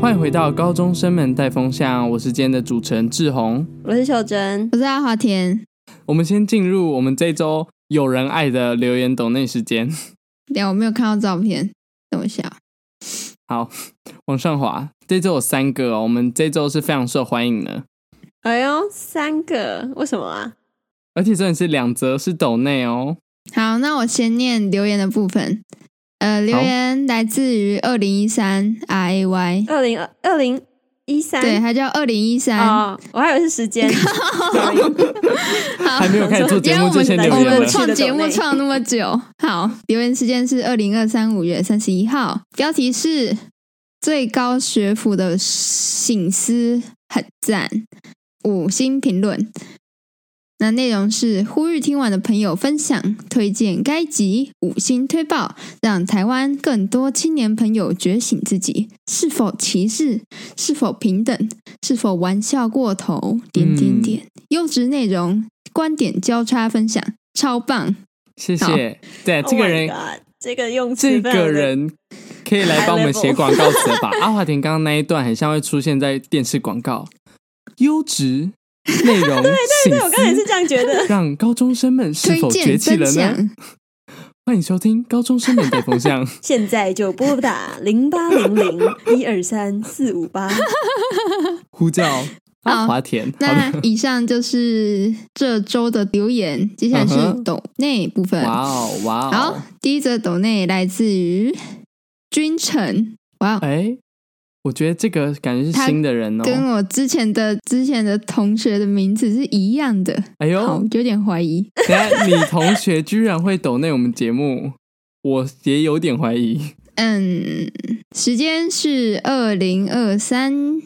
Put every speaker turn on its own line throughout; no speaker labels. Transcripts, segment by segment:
欢迎回到高中生们带风向，我是今天的主持人志宏。
我是秀珍，
我是阿华田，
我们先进入我们这周有人爱的留言抖内时间。
等一下我没有看到照片，等我一下。
好，往上滑，这周有三个哦，我们这周是非常受欢迎的，
哎呦，三个，为什么啊？
而且真的是两则是抖内哦。
好，那我先念留言的部分。呃，留言来自于二零一三 R A Y，
二零二二零一三，
对，它叫二零一三。
哦，我还以为是时 间，Sorry
好
还没有开始做节目就先留
我
言
们
了，
创节目创那 么久，好，留言时间是二零二三五月三十一号，标题是最高学府的醒思很赞，五星评论。那内容是呼吁听完的朋友分享推荐该集，五星推爆，让台湾更多青年朋友觉醒自己是否歧视、是否平等、是否玩笑过头，点点点。
嗯
优质内容，观点交叉分享，超棒！
谢谢。对，哎这
Oh
个
my
人
God，这个用词
这
非常
个
的
人可以来帮我们写广告词吧？阿华田刚刚那一段很像会出现在电视广告，优质内容 醒
对我刚才也是
思，。
这样觉得
让高中生们是
推
否崛
荐
起
分
了呢？
享，
欢迎收听高中生们带风 向，
现在就拨打零八零零一二三四五八，
呼叫阿华田。好
那
的，
以上就是这周的留言，接下来
嗯
是
哼
抖内部分。
哇哦哇
呃好
哦！，
第一则抖内来自于君臣，哇哦，
哎，我觉得这个感觉是
他
新的人
跟
哦。
我之前的之前的同学的名字是一样的，
哎
好
呦，，
有点怀疑。
等一下你同学居然会抖内我们节 目，我也有点怀疑。
嗯，时间是二零二三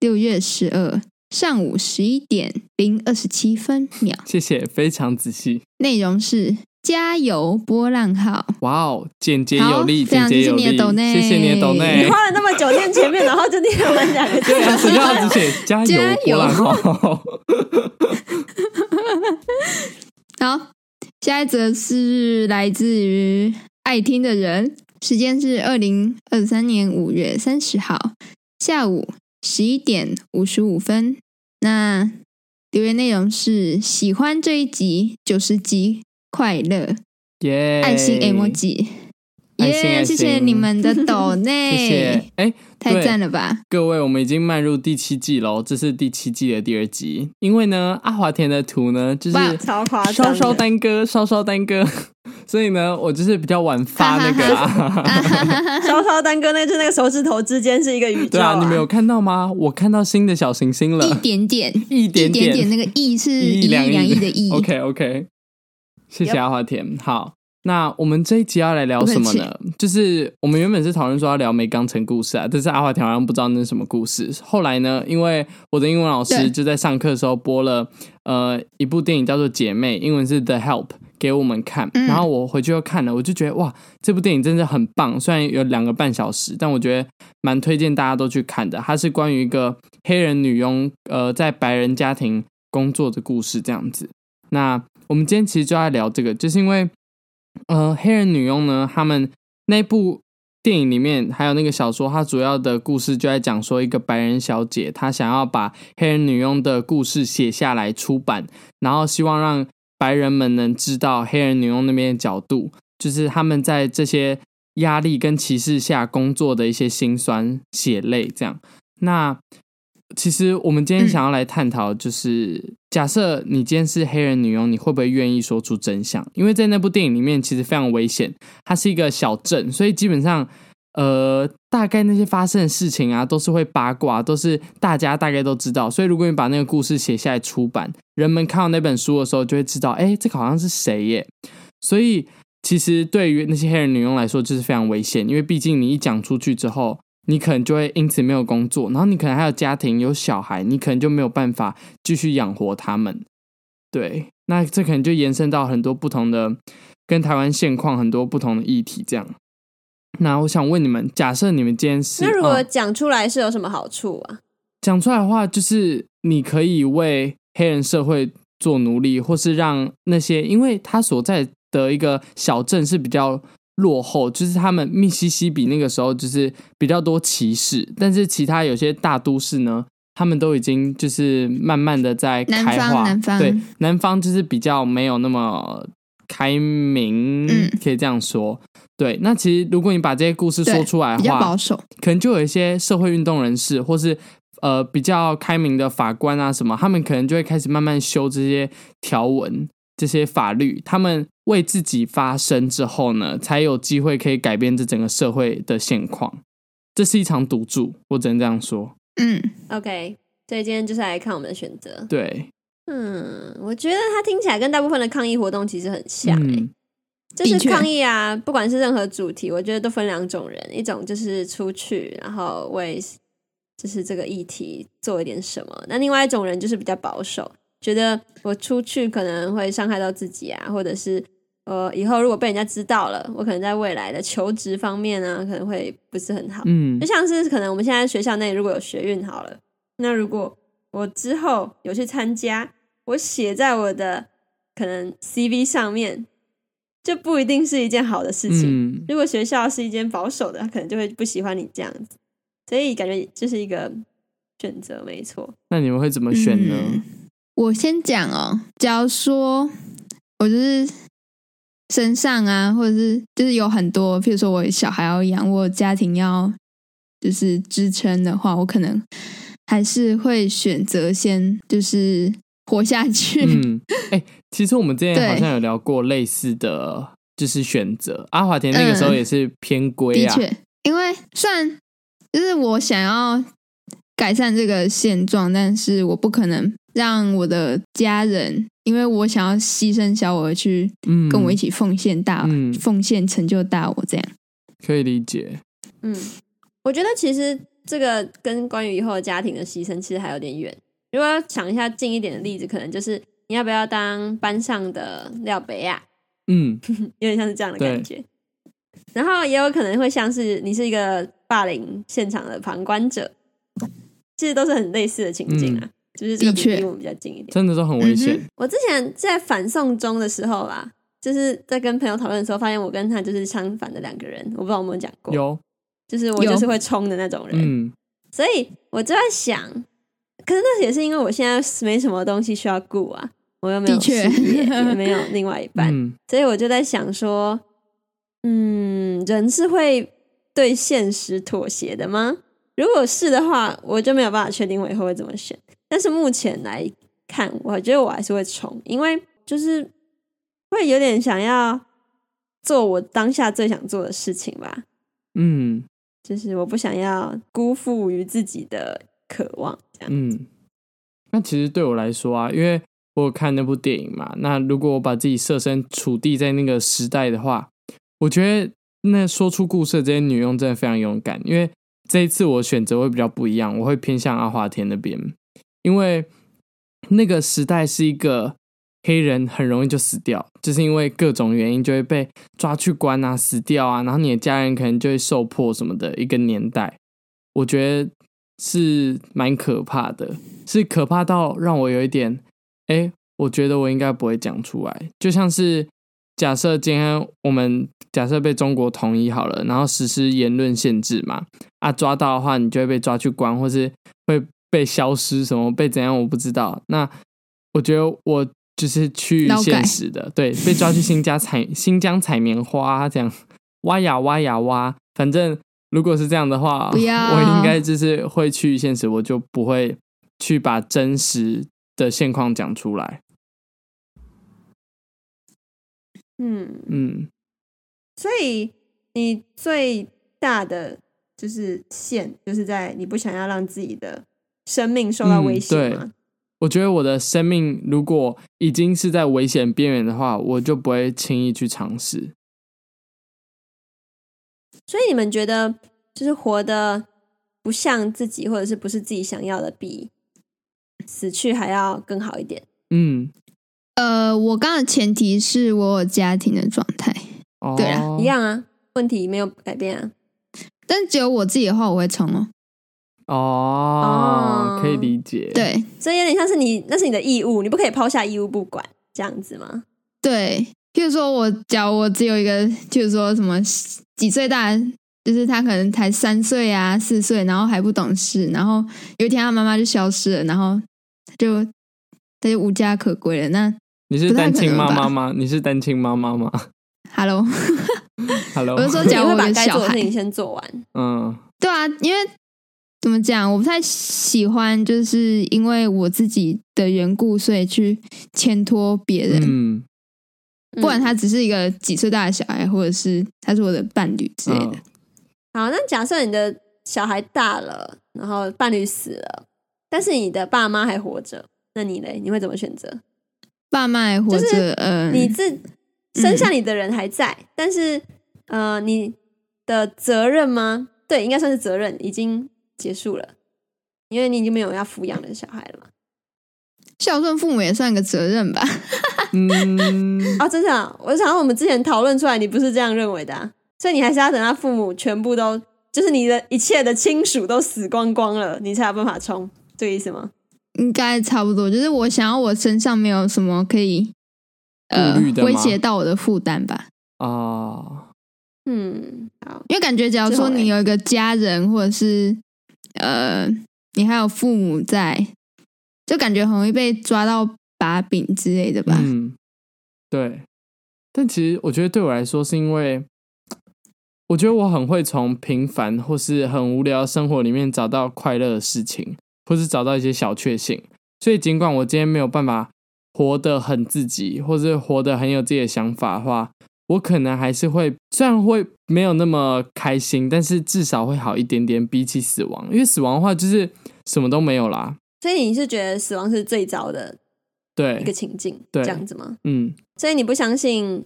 六月十二上午十一点零二十七分秒。
谢谢，非常仔细。
内容是加油波浪号，
哇哦，简洁有力，
好非
简
常
洁有力，
谢谢你的抖内
谢谢你的抖
你
内。
花了那么久念前面，然后就念完两个字
哎对， 啊，谁叫他只写加油哦
加油
波浪号？
好，下一则是来自于爱听的人，时间是二零二三年五月三十号下午十一点五十五分。那留言内容是喜欢这一集九十集快乐
耶！
爱心 M 记，
哎爱心
耶！
爱心
谢谢你们的抖
谢
内，
谢。哎，
太
对
赞了吧！
各位，我们已经迈入第七季喽，这是第七季的第二集。因为呢，阿华田的图呢，就是
哇
超夸张
稍
的，
稍耽搁，稍稍耽搁， 所以呢，我就是比较晚发那个啊。
啊哈哈 哈！
稍稍耽搁，那就是那个手指头之间是一个宇宙、
对啊，你们有看到吗？我看到新的小行星
一
了，
点点，
一点
点那个亿是
一
一亿两亿的亿。
OK OK，谢谢
Yep
阿华田。好，那我们这一集要来聊什么呢？就是我们原本是讨论说要聊梅钢城故事啊，但是阿华田好像不知道那是什么故事。后来呢，因为我的英文老师
对
就在上课的时候播了呃一部电影叫做《姐妹》，英文是《The Help》。给我们看，
嗯
然后我回去又看了，我就觉得哇，这部电影真的很棒。虽然有两个半小时，但我觉得蛮推荐大家都去看的。它是关于一个黑人女佣呃在白人家庭工作的故事，这样子。那我们今天其实就在聊这个，就是因为呃，黑人女佣呢，他们那部电影里面还有那个小说，它主要的故事就在讲说一个白人小姐，她想要把黑人女佣的故事写下来出版，然后希望让白人们能知道黑人女佣那边的角度，就是他们在这些压力跟歧视下工作的一些辛酸血泪这样。那其实我们今天
嗯
想要来探讨，就是、假设你今天是黑人女佣，你会不会愿意说出真相？因为在那部电影里面，其实非常危险，它是一个小镇，所以基本上，呃，大概那些发生的事情啊，都是会八卦，都是大家大概都知道。所以如果你把那个故事写下来出版，人们看到那本书的时候，就会知道，哎，这个好像是谁耶。所以其实对于那些黑人女佣来说，就是非常危险，因为毕竟你一讲出去之后，你可能就会因此没有工作，然后你可能还有家庭有小孩，你可能就没有办法继续养活他们。对，那这可能就延伸到很多不同的跟台湾现况很多不同的议题这样。那我想问你们，假设你们今天 是
那如
嗯
果讲出来是有什么好处啊？
讲出来的话，就是你可以为黑人社会做奴隶，或是让那些因为他所在的一个小镇是比较落后，就是他们密西西比那个时候就是比较多歧视，但是其他有些大都市呢，他们都已经就是慢慢的在开
南
化，
方南方
对，南方就是比较没有那么开明，
嗯
可以这样说。对，那其实如果你把这些故事说
对
出来
比
的
较
话
保，守，
可能就有一些社会运动人士，或是呃比较开明的法官啊什么，他们可能就会开始慢慢修这些条文、这些法律，他们为自己发声之后呢，才有机会可以改变这整个社会的现况。这是一场赌注，我只能这样说。
嗯，
OK，所以今天就是来看我们的选择。
对，
嗯，我觉得它听起来跟大部分的抗议活动其实很像、欸，
嗯，
就
的
是
确
抗议啊，不管是任何主题，我觉得都分两种人，一种就是出去，然后为就是这个议题做一点什么；那另外一种人就是比较保守，觉得我出去可能会伤害到自己啊，或者是呃，以后如果被人家知道了，我可能在未来的求职方面啊，可能会不是很好。
嗯
就，像是可能我们现在学校内如果有学运好了，那如果我之后有去参加，我写在我的可能 CV 上面，就不一定是一件好的事情。
嗯，
如果学校是一间保守的，他可能就会不喜欢你这样子，所以感觉就是一个选择，没错。
那你们会怎么选呢？
嗯我先讲哦，假如说我就是身上啊，或者是就是有很多，譬如说我小孩要养，我有家庭要就是支撑的话，我可能还是会选择先就是活下去。
嗯，哎、其实我们之前
对
好像有聊过类似的，就是选择。阿华田那个时候
嗯
也是偏归
的
啊，
确，因为虽然就是我想要改善这个现状，但是我不可能让我的家人，因为我想要牺牲小我而去
嗯，
跟我一起奉献大、
嗯
奉献成就大我这样。
可以理解。
嗯，我觉得其实这个跟关于以后的家庭的牺牲其实还有点远。如果要想一下近一点的例子，可能就是你要不要当班上的廖北亚、
嗯，
有点像是这样的感觉。然后也有可能会像是你是一个霸凌现场的旁观者，其实都是很类似的情景啊，就是这个
的
比
确
例我们比较近一点。
嗯真的都很危险。
嗯
我之前在反送中的时候吧，就是在跟朋友讨论的时候，发现我跟他就是相反的两个人，我不知道我们讲过，
有，
就是我
有
就是会冲的那种人，
嗯
所以我就在想，可是那也是因为我现在没什么东西需要顾啊，我又没有
的
事
确
业，也没有另外一半，
嗯
所以我就在想说，嗯，人是会对现实妥协的吗？如果是的话，我就没有办法确定我以后会怎么选。但是目前来看，我觉得我还是会冲，因为就是会有点想要做我当下最想做的事情吧，
嗯
就是我不想要辜负于自己的渴望，这样。
嗯。那其实对我来说啊，因为我有看那部电影嘛，那如果我把自己设身处地在那个时代的话，我觉得那说出故事的这些女佣真的非常勇敢，因为这一次我选择会比较不一样，我会偏向阿华田那边，因为那个时代是一个黑人很容易就死掉，就是因为各种原因就会被抓去关啊、死掉啊，然后你的家人可能就会受迫什么的一个年代，我觉得是蛮可怕的，是可怕到让我有一点，哎、我觉得我应该不会讲出来，就像是。假设今天我们假设被中国统一好了，然后实施言论限制嘛，啊，抓到的话，你就会被抓去关，或是会被消失，什么被怎样，我不知道。那我觉得我就是趋于
劳改
现实的，对，被抓去新疆采新疆采棉花啊这样挖呀挖呀挖，反正如果是这样的话，
不要
我应该就是会趋于现实，我就不会去把真实的现况讲出来。
嗯，
嗯，
所以你最大的就是线，就是在你不想要让自己的生命受到
嗯
威胁
对
吗？
我觉得我的生命如果已经是在危险边缘的话，我就不会轻易去尝试。
所以你们觉得，就是活的不像自己，或者是不是自己想要的，比死去还要更好一点？
嗯，
呃，我刚刚的前提是我有家庭的状态，
哦，
对啊
一样啊，问题没有改变啊。
但只有我自己的话，我会冲哦。
哦，
哦
可以理解。，
对
所以有点像是你，那是你的义务，你不可以抛下义务不管，这样子吗？
对，譬如说我，假如我只有一个，譬如说什么几岁大，就是他可能才三岁啊、四岁，然后还不懂事，然后有一天他妈妈就消失了，然后他就他就无家可归了。那
你是
不太
单亲
可能
妈
吧
妈吗？你是单亲妈妈吗
Hello，
？Hello，
我是说
你
假如
会
啊我
把
有
该
小
做的
孩
事，情先做完，
嗯，
对啊，因为怎么讲，我不太喜欢，就是因为我自己的缘故，所以去牵拖别人。
嗯，
嗯
不管他只是一个几岁大的小孩，或者是他是我的伴侣之类的，
嗯
好，那假设你的小孩大了，然后伴侣死了，但是你的爸妈还活着，那你嘞？你会怎么选择？
爸妈也或
就
者、
是
嗯，
你自生下你的人还在，但是呃，你的责任吗？对，应该算是责任，已经结束了，因为你已经没有要抚养的小孩了嘛。
孝顺父母也算个责任吧？
嗯，
啊，真的啊、我想到我们之前讨论出来，你不是这样认为的、啊，所以你还是要等他父母全部都，就是你的一切的亲属都死光光了，你才有办法冲，这个意思吗？
应该差不多。就是我想要我身上没有什么可以呃
顾虑的吗
威胁到我的负担吧，
哦，
嗯，好，
因为感觉假如
最
说
后嘞
你有一个家人，或者是呃你还有父母在，就感觉很容易被抓到把柄之类的吧？
嗯，对。但其实我觉得对我来说，是因为我觉得我很会从平凡或是很无聊的生活里面找到快乐的事情，或是找到一些小确幸。所以尽管我今天没有办法活得很自己，或是活得很有自己的想法的话，我可能还是会，虽然会没有那么开心，但是至少会好一点点，比起死亡。因为死亡的话，就是什么都没有啦。
所以你是觉得死亡是最糟的一个
对，
情境，
对
这样子吗？
嗯，
所以你不相信，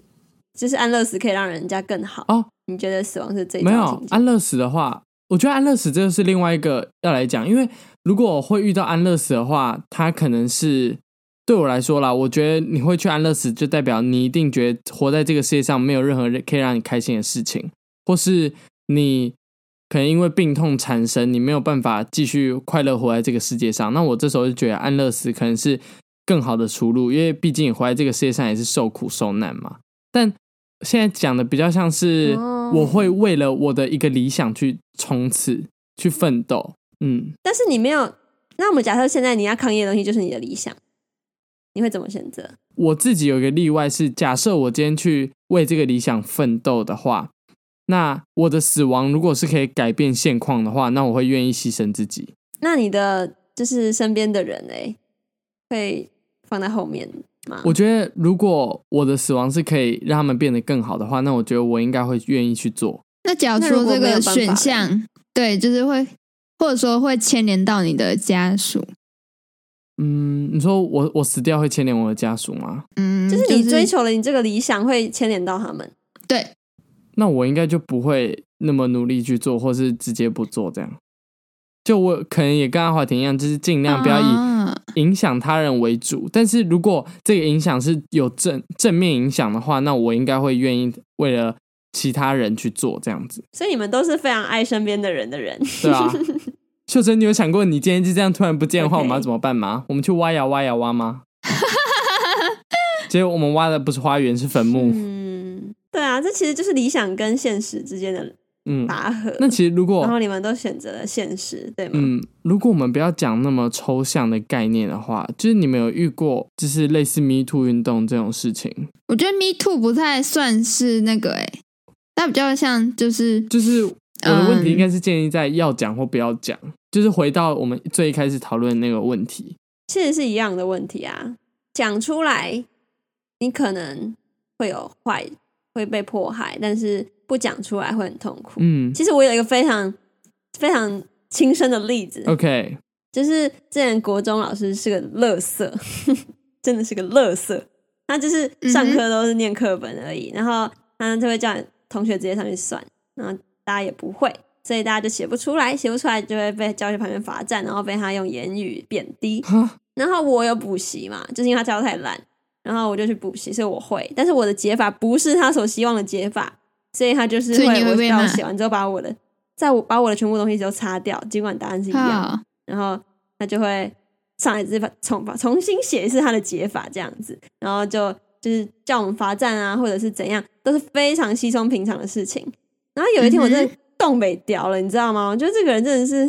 就是安乐死可以让人家更好
哦？
你觉得死亡是最糟
没
的
有啊
情境？
安乐死的话，我觉得安乐死这个是另外一个要来讲，因为如果我会遇到安乐死的话，它可能是对我来说啦，我觉得你会去安乐死，就代表你一定觉得活在这个世界上没有任何可以让你开心的事情，或是你可能因为病痛产生，你没有办法继续快乐活在这个世界上。那我这时候就觉得安乐死可能是更好的出路，因为毕竟你活在这个世界上也是受苦受难嘛。但现在讲的比较像是
哦
我会为了我的一个理想去冲刺、去奋斗。嗯，
但是你没有，那我们假设现在你要抗议的东西就是你的理想，你会怎么选择？
我自己有一个例外是，假设我今天去为这个理想奋斗的话，那我的死亡如果是可以改变现况的话，那我会愿意牺牲自己。
那你的就是身边的人哎，会放在后面吗？
我觉得，如果我的死亡是可以让他们变得更好的话，那我觉得我应该会愿意去做。
那假如
那如
说
果
这
没有
个
办法
选
嘞
项，对，就是会或者说会牵连到你的家属，
嗯，你说我我死掉会牵连我的家属吗？
嗯，
就是你追求了你这个理想，会牵连到他们。
对，
那我应该就不会那么努力去做，或是直接不做这样。就我可能也跟阿华田一样，就是尽量不要以
啊
影响他人为主。但是如果这个影响是有正正面影响的话，那我应该会愿意为了其他人去做这样子，
所以你们都是非常爱身边的人的人，
对 啊。秀珍，你有想过你今天就这样突然不见的话，我
OK
们要怎么办吗？我们去挖呀挖呀挖吗？结果我们挖的不是花园，是坟墓。
嗯，对啊，这其实就是理想跟现实之间的
嗯，
拔河。
那其实如果
然后你们都选择了现实，对吗？
嗯，如果我们不要讲那么抽象的概念的话，就是你们有遇过就是类似 Me Too 运动这种事情，
我觉得 Me Too 不太算是那个、欸，哎，那比较像就是
就是我的问题
嗯
应该是建议在要讲或不要讲，就是回到我们最一开始讨论的那个问题。
其实是一样的问题啊。讲出来，你可能会有坏，会被迫害，但是不讲出来会很痛苦。
嗯
其实我有一个非常非常亲身的例子，
，OK，
就是之前国中老师是个乐色， 真的是个乐色。他
嗯
就是上课都是念课本而已，然后他就会叫你同学直接上去算，然后大家也不会，所以大家就写不出来，写不出来就会被教学旁边罚站，然后被他用言语贬低。
哈，
然后我有补习嘛，就是因为他教得太烂，然后我就去补习，所以我会，但是我的解法不是他所希望的解法，所以他就是
所以你
会
会
我
被
让我
骂
写完之后把我的，在我把我的全部东西都擦掉，尽管答案是一样的，
啊，
然后他就会上来直接把重重新写一次他的解法这样子，然后就就是叫我们罚站啊，或者是怎样，都是非常稀松平常的事情。然后有一天我真
嗯
的冻北掉了，你知道吗？我觉得这个人真的是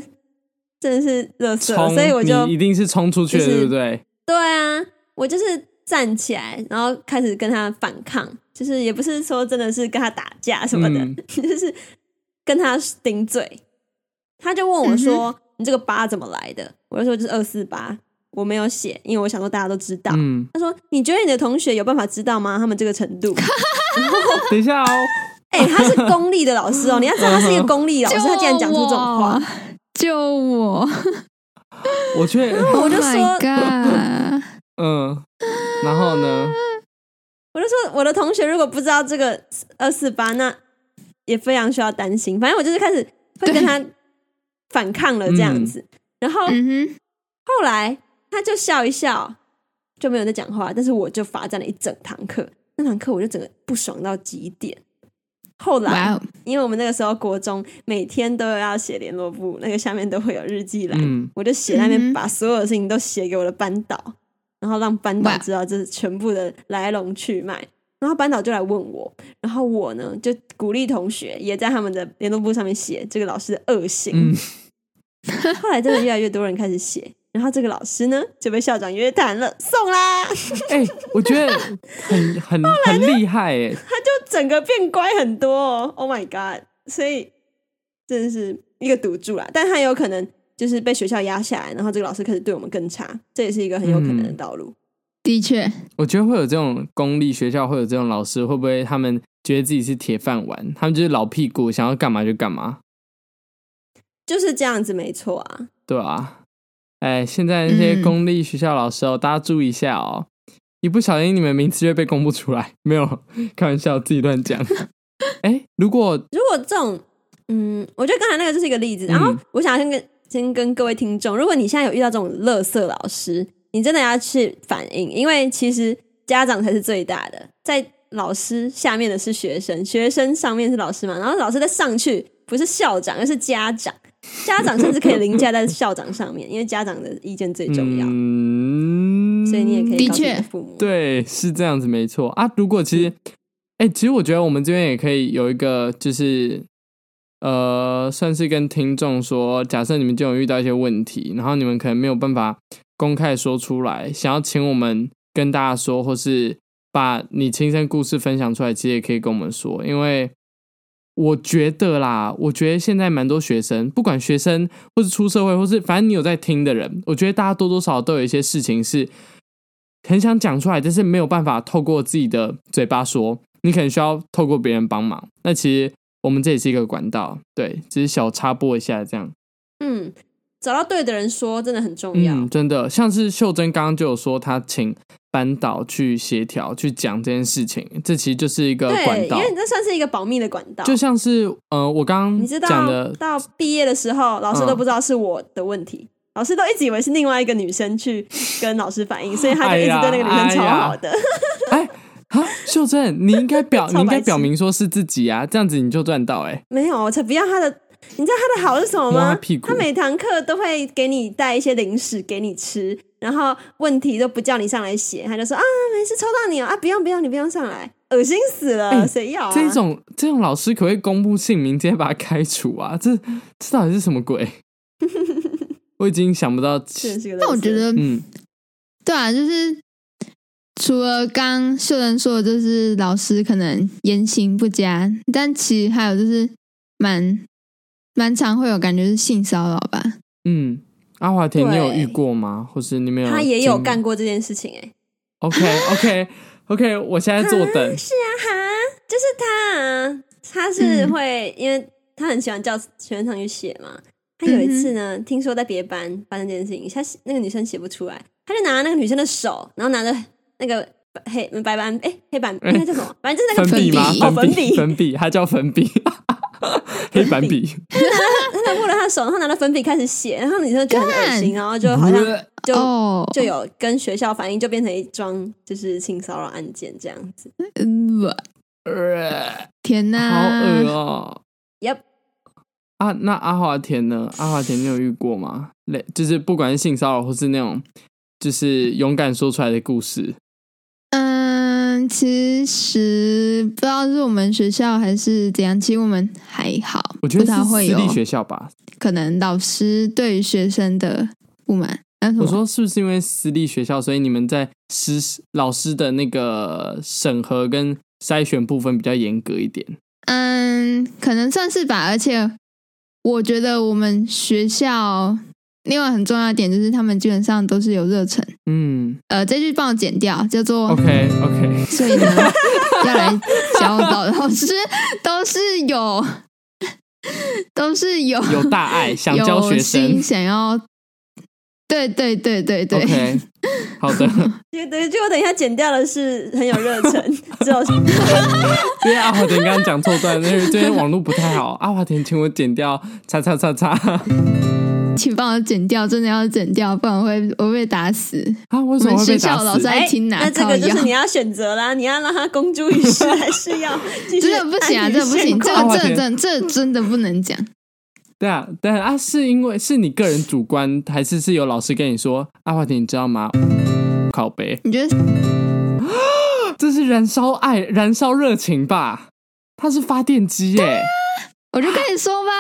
真的是热色，
冲，
所以我就
你一定是冲出去的，
就是
对不对？
对啊，我就是站起来，然后开始跟他反抗，就是也不是说真的是跟他打架什么的，
嗯
就是跟他顶嘴。他就问我说：“你这个八怎么来的？”我就说：“就是二四八，我没有写，因为我想说大家都知道。
嗯，
他说：“你觉得你的同学有办法知道吗？他们这个程度？”
等一下哦，
哎、他是公立的老师哦，你要知道他是一个公立老师，
救
他竟然讲出这种话
我，，救我！
我觉得，
我就
Oh
说
my God，
嗯，然后呢？
我就说我的同学如果不知道这个二四八，那也非常需要担心。反正我就是开始会跟他反抗了这样子，然后
嗯哼，
后来他就笑一笑，就没有再讲话，但是我就罚站了一整堂课。那堂课我就整个不爽到极点。后
哇
来，
哦，
因为我们那个时候国中每天都要写联络簿，那个下面都会有日记栏，
嗯，
我就写那边
嗯哼
把所有的事情都写给我的班导，然后让班导
哇
知道这全部的来龙去脉。然后班导就来问我，然后我呢就鼓励同学也在他们的联络簿上面写这个老师的恶行。
嗯
后来真的越来越多人开始写，然后这个老师呢就被校长约谈了，送啦，
哎、我觉得很很很厉害哎、
就整个变乖很多、哦。Oh my god！所以真的是一个赌注啦，但他有可能就是被学校压下来，然后这个老师开始对我们更差，这也是一个很有可能的
嗯
道路。
的确，
我觉得会有这种公立学校会有这种老师，会不会他们觉得自己是铁饭碗，他们就是老屁股，想要干嘛就干嘛，
就是这样子，没错啊。
对啊？哎、现在那些
嗯
公立学校老师哦，大家注意一下哦，一不小心你们名字就会被公布出来。没有，开玩笑，自己 乱讲。哎、如果
如果这种，嗯，我觉得刚才那个就是一个例子。然后
嗯
我想先跟先跟各位听众，如果你现在有遇到这种乐色老师，你真的要去反映，因为其实家长才是最大的，在老师下面的是学生，学生上面是老师嘛，然后老师再上去不是校长，而是家长。家长甚至可以凌驾在校长上面，因为家长的意见最重要，
嗯，
所以你也可以告诉你
的确
的父母。
对，是这样子，没错啊。如果其实，哎、其实我觉得我们这边也可以有一个，就是呃，算是跟听众说，假设你们就有遇到一些问题，然后你们可能没有办法公开说出来，想要请我们跟大家说，或是把你亲身故事分享出来，其实也可以跟我们说，因为。我觉得啦，我觉得现在蛮多学生，不管学生或是出社会，或是反正你有在听的人，我觉得大家多多少少都有一些事情是很想讲出来，但是没有办法透过自己的嘴巴说，你可能需要透过别人帮忙。那其实我们这也是一个管道，对，只是小插播一下这样。
嗯，找到对的人说真的很重要。
嗯，真的，像是秀珍刚刚就有说，她请班导去协调去讲这件事情，这其实就是一个管
对，因
道
为，这算是一个保密的管道。
就像是呃，我刚
你
刚
知
讲
道
的，，
到毕业的时候，老师都
嗯
不知道是我的问题，老师都一直以为是另外一个女生去跟老师反映，所以他就一直对那个女生超好的。
哎。啊，秀珍，你应该表，你
超
应该
白痴
表明说是自己啊，这样子你就赚到哎、
没有，我才不要他的。你知道他的好是什么
摸他
吗
屁？股
他每堂课都会给你带一些零食给你吃，然后问题都不叫你上来写，他就说啊，没事，抽到你哦，啊，不用不用，你不用上来，恶心死了，
哎
谁要、啊？
这种这种老师可不可以公布姓名，直接把他开除啊？这这到底是什 么鬼？我已经想不到。
真的是个垃圾
那我觉得，
嗯，
对啊，就是除了刚秀仁说的，就是老师可能言行不佳，但其实还有就是蛮蛮常会有感觉是性骚扰吧。
嗯，阿华田，
对
你有遇过吗？或是你们有？
他也有干。过这件事情、哎。
OK OK OK，我现在坐等。
是啊，哈，就是他、啊，他是
嗯
会，因为他很喜欢叫学生上去写嘛。
嗯
他有一次呢，听说在别班发生这件事情，他写那个女生写不出来，他就拿那个女生的手，然后拿着那个黑白板，哎、黑板那个叫什么？反正就是那
嗯粉
个
笔吗？
哦，
粉
粉
笔，
笔，
粉笔，它叫 粉笔，黑板笔。
他握了他的手，然后拿着粉笔开始写，然后女生就觉得很恶心，然后就好像就、
哦，
就有跟学校反映，就变成一桩就是性骚扰案件这样子。
嗯哇
呃
天 哪，
好恶哦。
Yep，
啊，那阿华田呢？阿华田，你有遇过吗？类就是不管是性骚扰，或是那种就是勇敢说出来的故事。
嗯，但其实不知道是我们学校还是怎样，其实我们还好，
我觉得
不
是
太会
私
有
立学校吧。
可能老师对于学生的不满。但是
我说是不是因为私立学校，所以你们在师老师的那个审核跟筛选部分比较严格一点？
嗯，可能算是吧。而且我觉得我们学校另外很重要的点就是，他们基本上都是有热忱。
嗯
呃，这句帮我剪掉，叫做
，OK OK，
所以呢，要来教导老师都是有，都是有
有大爱想教
有
学
心
生
想要，对对对对对
，OK，好的，
结对，结果等一下剪掉的是很有热忱， 只有
因为阿华田刚刚讲错段，因为最近网络不太好，阿华田请我剪掉，叉叉叉 叉
请帮我剪掉，真的要剪掉，不然我会我会被打死。
啊，为
我
什么
们
会
学
被
校
打
老
死
师？爱听哪
哎那这个就
靠
是
腰
你要选择啦，你要让他公诸于 世，还是要继续
这个不行啊，
安于
这个不行，
现
这
况
哦
个这个真这个真的不能讲。
对啊，对啊啊，是因为是你个人主观，还是是有老师跟你说阿华田，你知道吗？靠背，
你觉得
这是燃烧爱、燃烧热情吧？它是发电机耶、
我就跟你说 吧，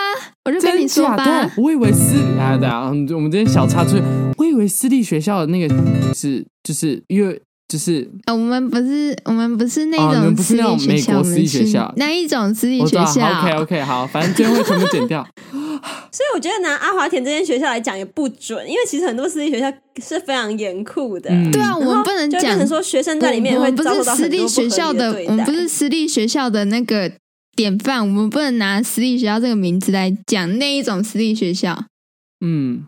我就啊跟
真
你说
假的
吧？，
我以为私啊，对啊，我们我们这些小插曲，我以为私立学校的那个是就是因为就是
呃我们不是我们不是那
哦你们
种
不是
私
那
立
种
学
美
校，
国
我
私立
们
学
是
校
那一种私立
我知
学
道
校。
，OK OK，好，反正最后会全部剪 掉。
所以我觉得拿阿华田这间学校来讲也不准，因为其实很多私立学校是非常严酷的。
嗯
对啊，我
然后
们不能
就变
讲
成说学生在里面
我
会
们不
遭
是
受到
私
很
立
多不
学
合
校
理的
的
对，待。
我们不是私立学校的那个典范，我们不能拿私立学校这个名字来讲那一种私立学校
嗯，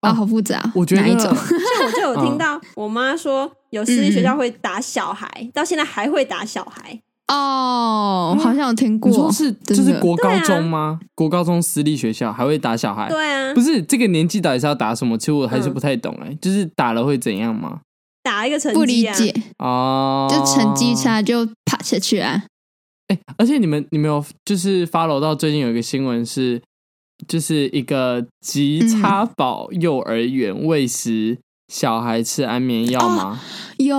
啊、
哦
好复杂。
我觉
哪一种
得？
像我就有
嗯
听到我妈说，有私立学校会打小孩，到现在还会打小孩。
哦，好像有听
你说
过。
是就
真
是
的
国高
对啊
中吗？国高中私立学校还会打小孩？
对啊
哎不，是这个年纪到底是要打什么？其实我还是
嗯
不太懂哎、就是打了会怎样吗？
打一个成
不理
绩啊，
解，
哦，
就成绩。差就爬下去啊！
哎、而且你们你们有就是 follow 到最近有一个新闻是，就是一个吉
嗯
差堡幼儿园喂食小孩吃安眠
哦
药吗？
有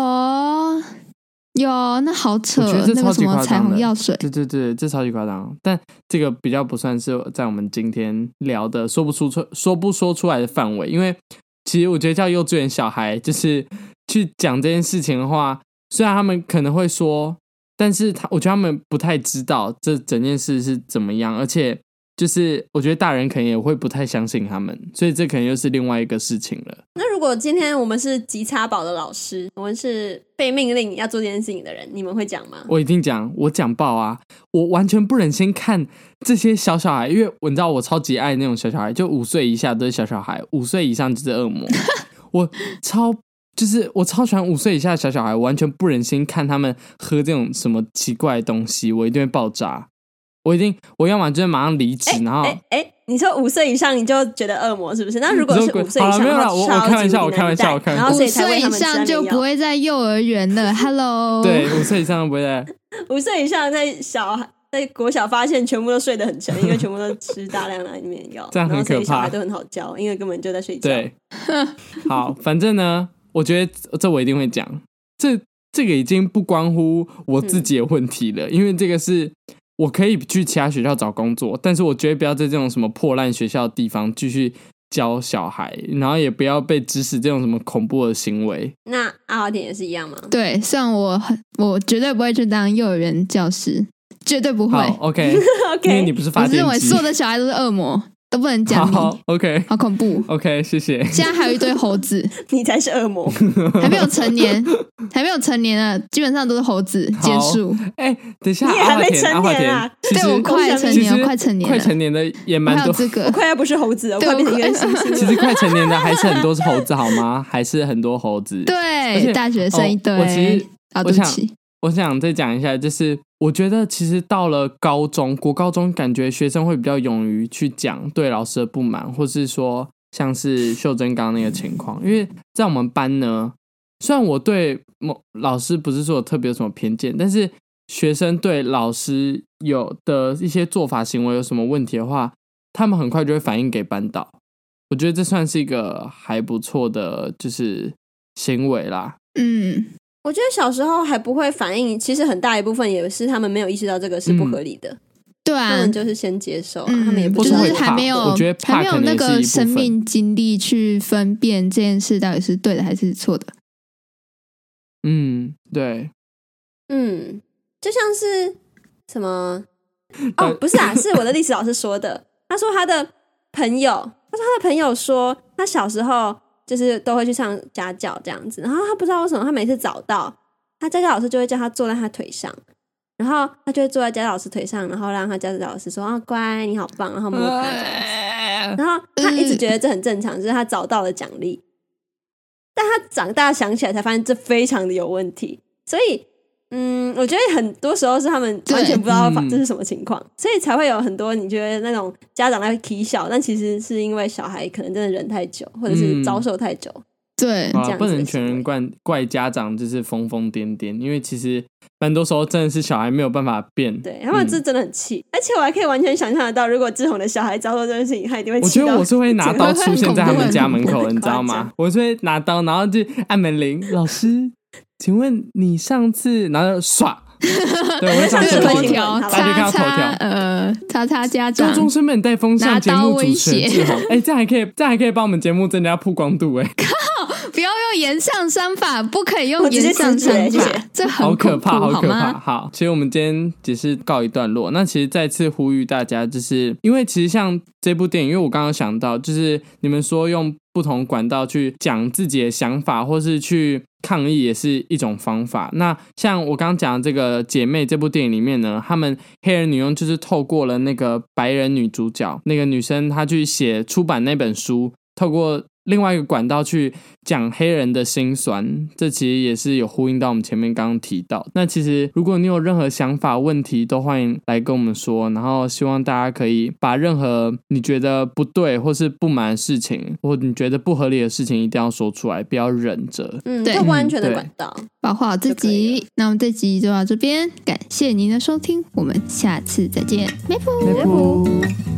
有，那好扯
我觉得这，
那
超
个什
级夸
么
张
彩
的
虹药水，
对对对，这超级夸张。但这个比较不算是在我们今天聊的说不出出说不说出来的范围，因为其实我觉得叫幼稚园小孩就是去讲这件事情的话，虽然他们可能会说，但是他我觉得他们不太知道这整件事是怎么样，而且就是我觉得大人可能也会不太相信他们，所以这可能又是另外一个事情了。
那如果今天我们是吉差宝的老师，我们是被命令要做这件事情的人，你们会讲吗？
我一定讲，我讲爆啊！我完全不忍心看这些小小孩，因为我你知道我超级爱那种小小孩，就五岁以下都是小小孩，五岁以上就是 恶魔。我超就是我超喜欢五岁以下的小小孩，我完全不忍心看他们喝这种什么奇怪的东西，我一定会爆炸。我一定，我要么就是马上离职，然后
哎哎，你说五岁以上你就觉得恶魔是不是？那如果是
你说
五岁以
好
上
了没有啦
的话，
我我
超级
开玩笑
无
我
敌
开玩笑
难带
我开玩笑
然后
五
所以才
岁
为他
以
们吃
上
安
就
眠
不
药。
会在幼儿园 了。Hello，
哦
对五岁以上都不会再
五岁以上在小孩在国小发现全部都睡得很沉，因为全部都吃大量的安眠药，
这样很
然后所以
可
小
怕
孩都很好教，因为根本就在睡觉。
对， 好，反正呢，我觉得这我一定会讲。这这个已经不关乎我自
嗯
己的问题了，因为这个是我可以去其他学校找工作，但是我绝对不要在这种什么破烂学校的地方继续教小孩，然后也不要被指使这种什么恐怖的行为。
那阿华田也是一 样吗？
对，虽然我很，我绝对不会去当幼儿园教师，绝对不会。
好，OK，因 为你
OK，
不是发
我是
电
认为
机
所。有的小孩都是恶魔，都不能讲你，
好
好
，OK，OK，、
恐怖。
谢谢。
现在还有一堆猴子，
你才是恶 魔。
还没有成年，还没有成年啊，基本上都是猴子。
好
结束，
哎、等一下，
你也
阿华
还没
田，阿
成
华
年
田
啊，
其
对
实
我快成
其
年了，
实
快成年
快成
了，
年的也
我
蛮
还有
多
资格
我。快要不是猴子了，我
对
快变成一
我
个猩 猩了。
其实快成年的还是很多是猴子好吗？还是很多猴子。，而且
对，大学生一
哦我其实
堆。啊，
我
对不
想
起，
我想再讲一下，就是我觉得其实到了高中，国高中感觉学生会比较勇于去讲对老师的不满，或是说像是秀珍刚刚那个情况，因为在我们班呢，虽然我对某老师不是说有特别有什么偏见，但是学生对老师有的一些做法行为有什么问题的话，他们很快就会反映给班导。我觉得这算是一个还不错的，就是行为啦。
嗯，
我觉得小时候还不会反应，其实很大一部分也是他们没有意识到这个是
嗯
不合理的，
对
他
啊
们，就是先接受啊，
嗯，
他们也不知
或
就
是
道
会
是还
怕
没有，
我觉得怕
还没有
可能
那
也是
个
一部
生
分
命经历去分辨这件事到底是对的还是错的。
嗯，对，
嗯，就像是什 么
但
哦，不是啊，是我的历史老师说的。他说他的朋友，他说他的朋友说他小时候就是都会去上家教这样子，然后他不知道为什么他每次早到，他家教老师就会叫他坐在他腿上，然后他就会坐在家教老师腿上，然后让他家教老师说啊乖，你好棒，然后摸
嗯
他这样子。
呃
然后他一直觉得这很正常，这是他找到的奖励。但他长大想起来才发现这非常的有问题，所以，嗯，我觉得很多时候是他们
对
完全不知道
嗯
这是什么情况，所以才会有很多你觉得那种家长在啼笑，但其实是因为小孩可能真的忍太久，或者是
嗯
遭受太久。
对，
这
啊，
样
不
子的
能
行
全
为
然怪怪家长，就是疯疯癫癫，因为其实蛮多时候真的是小孩没有办法变。
对他们
嗯
这真的很气，而且我还可以完全想象得到，如果志宏的小孩遭受这件事情，他一定会
我
气
觉
到。
得我是会拿刀
这个
出现在他们家门口
很
的，
恐怖
你知道
很
吗？我是会拿刀，然后就按门铃，老师，请问你上次，然后就唰， 对，我会
上
上
这
次
次
个
会
头
新闻
条
好吧
大家就看到
叉
头
叉
条。
呃叉叉家
高
长，
中生们带风向节
拿刀
目主持
威胁
人志宏，哎、这样还可以，这样还可以帮我们节目增加曝光度、哎，
不要用言上商法，不可以用
我直接
言上
辞职
商
欸谢
法
谢，
这
好
很
可
恐怖
怕，好可怕。
吗？
好，其实我们今天只是告一段落。那其实再次呼吁大家，就是因为其实像这部电影，因为我刚刚想到，就是你们说用不同管道去讲自己的想法，或是去抗议，也是一种方法。那像我刚刚讲的这个《姐妹》这部电影里面呢，他们黑人女佣就是透过了那个白人女主角，那个女生她去写出版那本书，透过另外一个管道去讲黑人的辛酸，这其实也是有呼应到我们前面刚刚提到。那其实如果你有任何想法、问题，都欢迎来跟我们说。然后希望大家可以把任何你觉得不对或是不满的事情，或你觉得不合理的事情，一定要说出来，不要忍着。
嗯，
对
透过安全的
嗯
管道。
保护好自
就可以
己。那我们这集就到这边，感谢您的收听，我们下次再见，拜拜。
拜拜